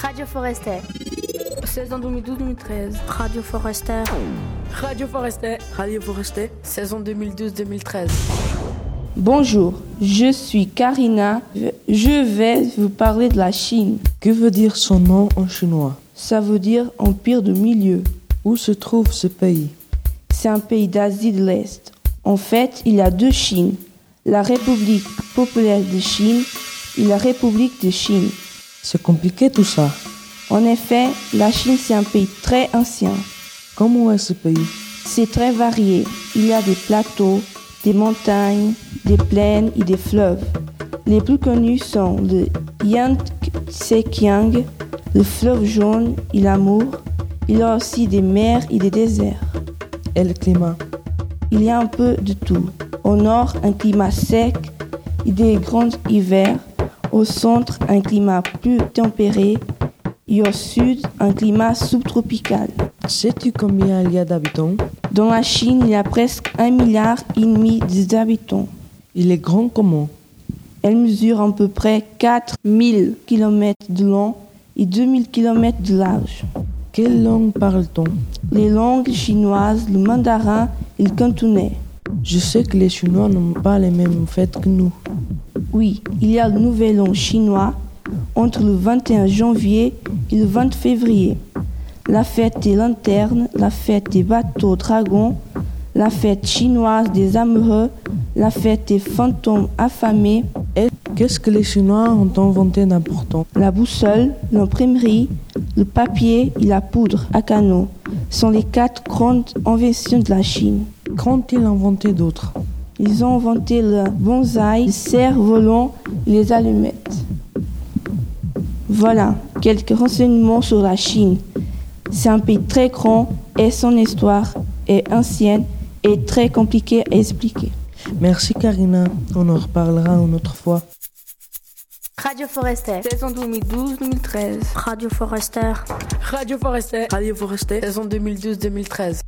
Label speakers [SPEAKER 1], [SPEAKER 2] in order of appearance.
[SPEAKER 1] Radio Forester.
[SPEAKER 2] 16 en 2012-2013.
[SPEAKER 1] Radio Forester.
[SPEAKER 2] Radio Forester.
[SPEAKER 3] Radio Forester.
[SPEAKER 2] Saison 2012-2013.
[SPEAKER 4] Bonjour, je suis Karina. Je vais vous parler de la Chine.
[SPEAKER 5] Que veut dire son nom en chinois
[SPEAKER 4] Ça veut dire empire du milieu.
[SPEAKER 5] Où se trouve ce pays
[SPEAKER 4] C'est un pays d'Asie de l'Est. En fait, il y a deux Chines. La République populaire de Chine et la République de Chine.
[SPEAKER 5] C'est compliqué tout ça.
[SPEAKER 4] En effet, la Chine, c'est un pays très ancien.
[SPEAKER 5] Comment est ce pays
[SPEAKER 4] C'est très varié. Il y a des plateaux, des montagnes, des plaines et des fleuves. Les plus connus sont le Yangtze-Kiang, le fleuve jaune et l'amour. Il y a aussi des mers et des déserts.
[SPEAKER 5] Et le climat
[SPEAKER 4] Il y a un peu de tout. Au nord, un climat sec et des grands hivers. Au centre, un climat plus tempéré. Et au sud, un climat subtropical.
[SPEAKER 5] Sais-tu combien il y a d'habitants
[SPEAKER 4] Dans la Chine, il y a presque un milliard et demi d'habitants.
[SPEAKER 5] Il est grand comment
[SPEAKER 4] Elle mesure à peu près 4000 km de long et 2000 km de large.
[SPEAKER 5] Quelle langue parle-t-on
[SPEAKER 4] Les langues chinoises, le mandarin et le cantonais.
[SPEAKER 5] Je sais que les Chinois n'ont pas les mêmes fêtes que nous.
[SPEAKER 4] Oui, il y a le Nouvel An chinois entre le 21 janvier et le 20 février. La fête des lanternes, la fête des bateaux dragons, la fête chinoise des amoureux, la fête des fantômes affamés,
[SPEAKER 5] Et qu'est-ce que les Chinois ont inventé d'important
[SPEAKER 4] la boussole, l'imprimerie, le papier et la poudre à canon sont les quatre grandes inventions de la Chine.
[SPEAKER 5] Qu'ont-ils inventé d'autres
[SPEAKER 4] Ils ont inventé le bonsaï, le cerf-volant et les allumettes. Voilà quelques renseignements sur la Chine. C'est un pays très grand et son histoire est ancienne et très compliquée à expliquer.
[SPEAKER 5] Merci Karina, on en reparlera une autre fois.
[SPEAKER 1] Radio Forester.
[SPEAKER 2] 16 en 2012-2013.
[SPEAKER 1] Radio Forester.
[SPEAKER 2] Radio Forester.
[SPEAKER 3] Radio Forester.
[SPEAKER 2] Saison 2012-2013.